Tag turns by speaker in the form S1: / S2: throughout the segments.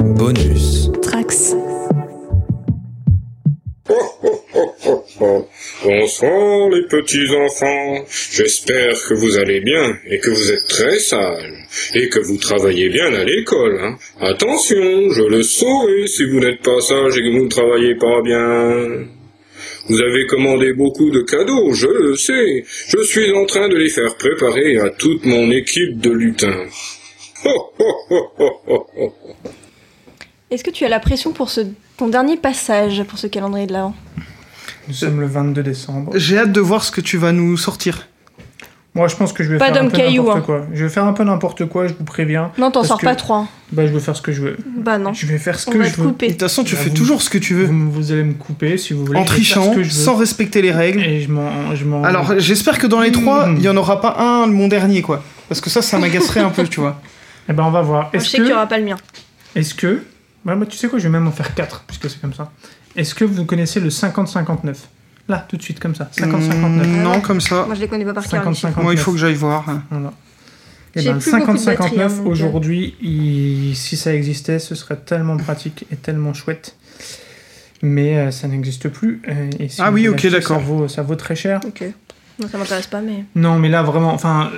S1: Bonus.
S2: Trax.
S3: Bonsoir les petits enfants, j'espère que vous allez bien et que vous êtes très sages et que vous travaillez bien à l'école. hein. Attention, je le saurai si vous n'êtes pas sage et que vous ne travaillez pas bien. Vous avez commandé beaucoup de cadeaux, je le sais. Je suis en train de les faire préparer à toute mon équipe de lutins. Oh, oh, oh, oh, oh, oh.
S2: Est-ce que tu as la pression pour ce, ton dernier passage pour ce calendrier de l'Avent
S4: Nous sommes le 22 décembre.
S5: J'ai hâte de voir ce que tu vas nous sortir.
S4: Moi, je pense que je vais
S2: Pas
S4: faire un
S2: d'homme
S4: peu
S2: caillou,
S4: n'importe
S2: hein.
S4: quoi. Je vais faire un peu n'importe quoi, je vous préviens.
S2: Non, t'en
S4: Parce
S2: sors
S4: que-
S2: pas trois. hein.
S4: Bah, je vais faire ce que je veux.
S2: Bah non.
S4: Je vais faire ce
S2: On
S4: que
S2: va
S4: je
S2: te
S4: veux.
S5: De
S2: couper.
S5: toute façon, tu
S4: Bah,
S5: fais
S4: vous-
S5: toujours ce que tu veux.
S4: Vous, vous allez me couper si vous voulez.
S5: En
S4: Je vais faire
S5: trichant,
S4: ce que je veux.
S5: sans respecter les règles.
S4: Et je m'en. je m'en-
S5: Alors, j'espère que dans les
S4: Mmh.
S5: trois, il n'y en aura pas un, mon dernier, quoi. Parce que ça, ça m'agacerait un peu, tu vois.
S4: Eh ben, on va voir.
S2: Je
S4: Est-ce
S2: sais qu'il
S4: que.
S2: y aura pas le mien.
S4: Est-ce que. Ouais, bah, tu sais quoi, je vais même en faire 4, puisque c'est comme ça. Est-ce que vous connaissez le 50-59 Là, tout de suite, comme ça. 50-59.
S5: Mmh, Non, comme ça.
S2: Moi je les connais pas par cœur. les
S4: 50-59.
S2: chiffres.
S5: Moi, il faut que j'aille voir.
S4: Voilà. Eh
S2: J'ai
S4: ben, le
S2: plus beaucoup de batterie, hein,
S4: 50-59,
S2: donc, euh.
S4: aujourd'hui, il- si ça existait, ce serait tellement pratique et tellement chouette. Mais euh, ça n'existe plus. euh, et si
S5: Ah
S4: vous
S5: oui,
S4: l'achetez,
S5: ok, d'accord.
S4: Ça vaut, ça vaut très cher.
S2: Ok. Non, ça m'intéresse pas, mais.
S4: Non, mais là, vraiment, enfin,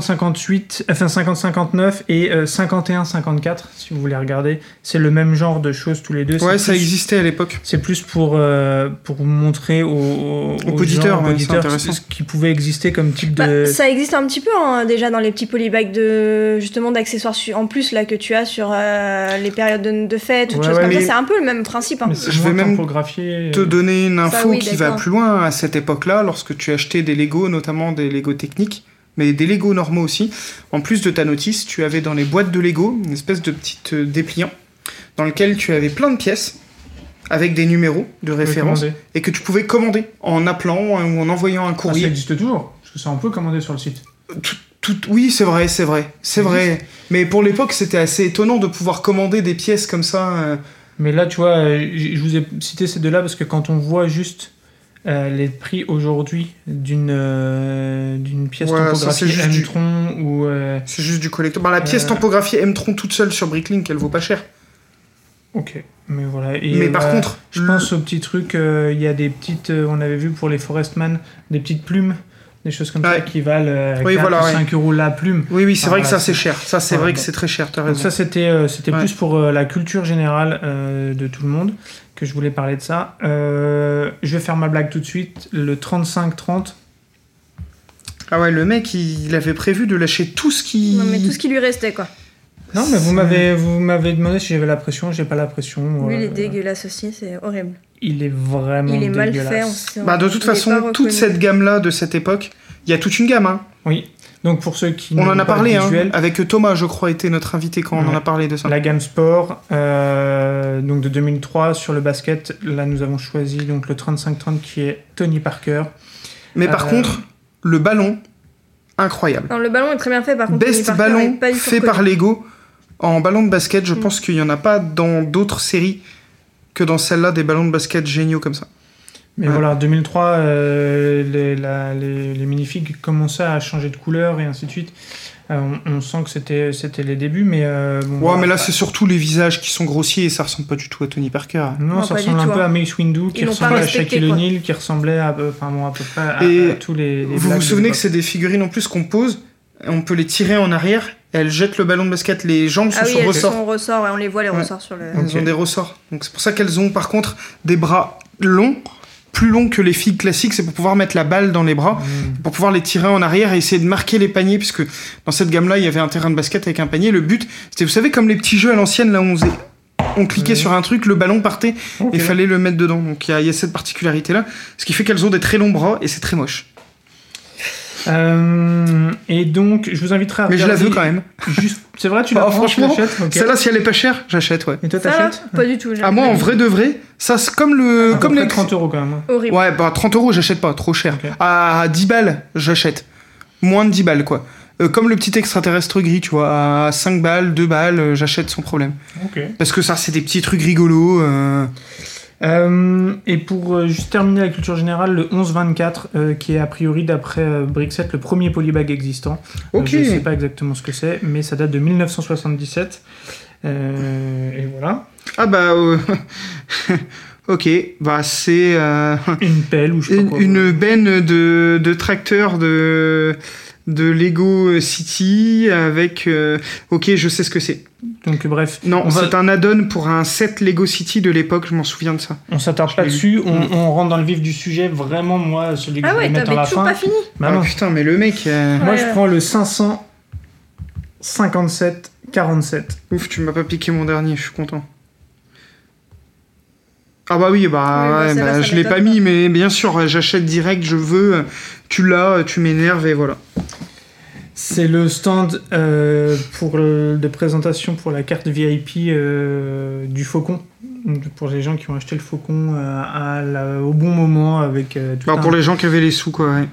S4: 50-58, enfin, 50-59 et euh, 51-54, si vous voulez regarder, c'est le même genre de choses tous les deux.
S5: Ouais,
S4: C'est
S5: ça
S4: plus-
S5: existait à l'époque.
S4: C'est plus pour, euh, pour montrer aux, aux,
S5: Aux auditeurs,
S4: gens, aux
S5: ouais, c'est
S4: auditeurs,
S5: intéressant.
S4: ce qui pouvait exister comme type
S2: Bah,
S4: de.
S2: ça existe un petit peu hein, déjà dans les petits polybags de justement d'accessoires su- en plus là que tu as sur euh, les périodes de, de fête ou de
S4: Ouais,
S2: choses
S4: ouais,
S2: comme ça.
S5: mais-
S2: C'est un peu le même principe. hein.
S4: Mais c'est
S5: je
S4: moins
S5: vais même
S4: typographié.
S5: Te donner une info
S2: Euh, Ça, oui,
S5: qui va
S2: d'accord.
S5: plus loin à cette époque-là, lorsque tu achetais des Lego, notamment des Lego techniques, mais des Lego normaux aussi. En plus de ta notice, tu avais dans les boîtes de Lego une espèce de petit euh, dépliant dans lequel tu avais plein de pièces avec des numéros de référence
S4: Commander.
S5: et que tu pouvais commander en appelant euh, ou en envoyant
S4: Ah,
S5: un
S4: ça
S5: courrier.
S4: existe toujours, parce que ça on peut commander sur le site.
S2: Ah,
S5: Tout- Oui, c'est vrai, c'est vrai, c'est
S4: Ça
S5: vrai. Mais pour l'époque, c'était assez étonnant de pouvoir commander des pièces comme ça. euh,
S4: Mais là, tu vois, euh, j- je vous ai cité ces deux-là parce que quand on voit juste euh, les prix aujourd'hui d'une euh, d'une pièce
S5: Ouais, ça, c'est
S4: topographiée
S5: juste du-
S4: M-Tron ou euh,
S5: C'est juste du collector. Bah, la pièce
S4: Euh.
S5: tampographiée M-Tron toute seule sur Bricklink, elle vaut pas cher.
S4: Ok, mais voilà. Et
S5: mais
S4: euh,
S5: par
S4: bah,
S5: contre,
S4: je pense aux petits trucs. euh, Il y a des petites, euh, on avait vu pour les Forestman, des petites plumes, des choses comme ça
S5: Ouais.
S4: qui valent euh,
S5: Oui,
S4: 4
S5: voilà,
S4: ou
S5: ouais.
S4: 5 euros la plume.
S5: Oui, oui, c'est
S4: Ah,
S5: vrai que
S4: voilà,
S5: ça c'est cher. Ça c'est
S4: Ouais,
S5: vrai
S4: bon.
S5: que c'est très cher, t'as
S4: Donc
S5: raison.
S4: ça, c'était euh, c'était
S5: Ouais.
S4: plus pour euh, la culture générale euh, de tout le monde que je voulais parler de ça. Euh, je vais faire ma blague tout de suite. Le 35-30,
S5: Ah ouais, le mec il, il avait prévu de lâcher tout ce qui.
S2: Non, mais tout ce qui lui restait quoi.
S4: Non, mais vous
S5: C'est-
S4: m'avez vous m'avez demandé si j'avais la pression. J'ai pas la pression.
S2: Lui, il
S4: euh,
S2: est dégueulasse aussi, c'est horrible.
S4: Il est vraiment
S2: Il est mal fait. On
S4: dégueulasse.
S2: sait-
S5: Bah, de toute
S2: il est pas
S5: façon,
S2: reconnu.
S5: toute cette gamme là de cette époque, il y a toute une gamme. Hein.
S4: Oui. Donc pour ceux qui
S5: On en
S4: n'ont
S5: a
S4: pas le
S5: parlé, hein,
S4: visuel,
S5: avec Thomas, je crois, était notre invité quand on en
S4: Ouais.
S5: a parlé de ça.
S4: la gamme sport, euh, donc de 2003 sur le basket. Là, nous avons choisi donc le 35-30 qui est Tony Parker.
S5: Mais par
S4: Euh,
S5: contre, le ballon, incroyable.
S2: Non, le ballon est très bien fait par contre. Tony
S5: Best
S2: Parker est
S5: ballon
S2: pas du tout
S5: fait
S2: reconnu.
S5: par Lego en ballon de basket. Je
S2: Mm.
S5: pense qu'il n'y en a pas dans d'autres séries que dans celle-là des ballons de basket géniaux comme ça.
S4: Mais
S5: Ouais.
S4: voilà, 2003, euh, les, la- les, les minifigs commençaient à changer de couleur et ainsi de suite. Euh, on, on sent que c'était c'était les débuts, mais euh, bon,
S5: Ouais,
S4: voilà.
S5: mais là c'est surtout les visages qui sont grossiers et ça ressemble pas du tout à Tony Parker.
S4: Non,
S2: Non,
S4: ça
S2: pas du
S4: ressemble un
S2: tout,
S4: peu
S2: hein.
S4: à Mace Windu, qui
S2: Ils l'ont pas
S4: ressemblait à
S2: respecté,
S4: Shaquille
S2: quoi.
S4: O'Neal, qui ressemblait à, peu- enfin, bon, à peu près à,
S5: Et
S4: à tous les. les
S5: Vous vous
S4: blacks de
S5: souvenez que
S4: l'époque.
S5: c'est des figurines en plus qu'on pose, on peut les tirer en arrière, et elles jettent le ballon de basket, les jambes sont
S2: Ah oui,
S5: sur
S2: elles
S5: ressort.
S2: sont au ressort, ouais, on les voit les
S5: Ouais.
S2: ressorts sur le.
S5: Elles
S4: Ok.
S5: ont des ressorts. Donc c'est pour ça qu'elles ont par contre des bras longs, plus longs que les filles classiques, c'est pour pouvoir mettre la balle dans les bras,
S4: Mm.
S5: pour pouvoir les tirer en arrière et essayer de marquer les paniers, puisque dans cette gamme-là, il y avait un terrain de basket avec un panier. Le but, c'était, vous savez, comme les petits jeux à l'ancienne, là où on faisait- On cliquait
S4: Mhm.
S5: sur un truc, le ballon partait
S4: Ok.
S5: et fallait le mettre dedans. Donc il y, a- il y a cette particularité-là, ce qui fait qu'elles ont des très longs bras et c'est très moche.
S4: Euh, et donc, je vous inviterai à.
S5: Mais je la
S4: regarder
S5: veux quand même.
S4: juste- C'est vrai, tu
S5: Bah,
S4: la prends, tu
S5: franchement,
S4: l'achètes Ah, Ok.
S5: Celle-là, si elle est pas chère, j'achète, ouais.
S4: Et toi,
S2: Ça là
S4: t'achètes
S2: Pas Ah du tout. j'ai
S5: À moi, en
S2: jamais
S5: vrai de vrai, ça, c'est comme le.
S4: À peu
S5: comme
S4: près
S5: les.
S4: 30 euros quand même.
S2: vu. Horrible.
S5: Ouais, bah 30 euros, j'achète pas, trop cher.
S4: Ok.
S5: À 10 balles, j'achète. Moins de 10 balles, quoi. Euh, comme le petit extraterrestre gris, tu vois. À 5 balles, 2 balles, euh, j'achète sans problème.
S4: Ok.
S5: Parce que ça, c'est des petits trucs rigolos. euh,
S4: Ah, Euh, et pour euh, juste terminer la culture générale, le 11-24, euh, qui est a priori d'après euh, Brixet le premier polybag existant. Euh,
S5: Ok.
S4: je ne sais pas exactement ce que c'est, mais ça date de 1977. Euh, et voilà.
S5: Ah bah. euh, ok, bah c'est euh,
S4: Une pelle ou je sais pas
S5: une,
S4: quoi.
S5: une benne de, de tracteurs de, de Lego City avec. euh, ok, je sais ce que c'est.
S4: Donc bref,
S5: Non,
S4: On va-
S5: c'est un add-on pour un set Lego City de l'époque, je m'en souviens de ça.
S4: on s'attarde pas
S5: l'ai
S4: dessus, on, on rentre dans le vif du sujet. Vraiment, moi, celui que
S2: Ah
S4: je vais
S2: ouais,
S4: mettre
S2: t'avais
S4: à la
S2: toujours
S4: fin.
S2: pas fini
S4: Bah
S5: Ah,
S4: non.
S5: putain, mais le mec. euh,
S4: Moi,
S2: Ouais,
S4: je
S2: ouais.
S4: prends le 557 47.
S5: Ouf, tu m'as pas piqué mon dernier, je suis content. Ah bah oui,
S2: Oui,
S5: bah,
S2: bah
S5: ouais,
S2: celle-là,
S5: bah,
S2: ça
S5: je l'ai pas
S2: m'étonne
S5: mis, mais bien sûr, j'achète direct, je veux, tu l'as, tu m'énerves et voilà.
S4: C'est le stand euh, pour le- de présentation pour la carte VIP euh, du Faucon. Pour les gens qui ont acheté le Faucon euh, à la- au bon moment avec euh, tout
S5: Bah,
S4: un-
S5: pour les gens qui avaient les sous, quoi, ouais.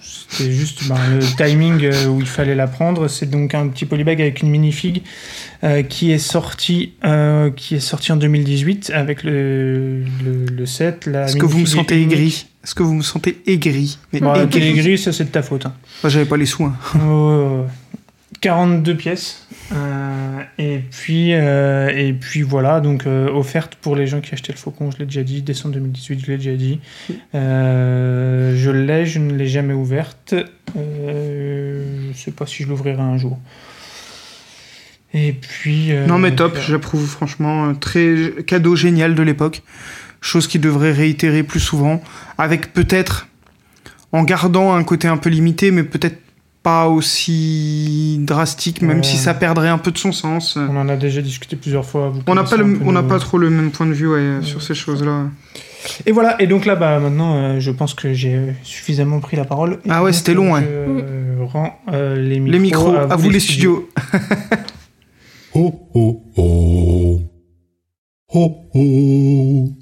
S4: C'était juste ben, le timing euh, où il fallait la prendre. C'est donc un petit polybag avec une minifig euh, qui est sorti euh, qui est sorti en 2018 avec le le, le set. la
S5: Est-ce que vous me
S4: minifig est
S5: sentez
S4: unique.
S5: aigri Est-ce que vous me sentez aigri Mais
S4: Bon,
S5: aigri.
S4: t'es aigri, ça c'est de ta faute. hein.
S5: Bah, J'avais pas les sous, hein.
S4: Ouais, ouais, ouais. 42 Euh, pièces. Euh, et, puis, euh, et puis voilà, donc euh, offerte pour les gens qui achetaient le Faucon, je l'ai déjà dit, décembre 2018, je l'ai déjà dit. Euh, je l'ai, je ne l'ai jamais ouverte. Euh, je sais pas si je l'ouvrirai un jour. Et puis. euh,
S5: non, mais top,
S4: voilà.
S5: j'approuve, franchement. euh, Très cadeau génial de l'époque. Chose qui devrait réitérer plus souvent. Avec peut-être, en gardant un côté un peu limité, mais peut-être pas aussi drastique, même
S4: Ouais.
S5: si ça perdrait un peu de son sens.
S4: euh, On en a déjà discuté plusieurs fois. vous
S5: On n'a
S4: connaissez
S5: pas,
S4: un
S5: le-
S4: peu
S5: on n'a
S4: nos-
S5: pas trop le même point de vue ouais, euh, sur ces choses-là.
S4: Et voilà, et donc là, bah, maintenant, euh, je pense que j'ai euh, suffisamment pris la parole. Et
S5: Ah ouais,
S4: donc,
S5: c'était long,
S4: je,
S5: ouais.
S4: euh, rends euh, les micros,
S5: Les micros, à vous les studios.
S1: Oh oh oh. Oh oh.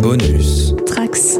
S1: Bonus.
S6: Trax.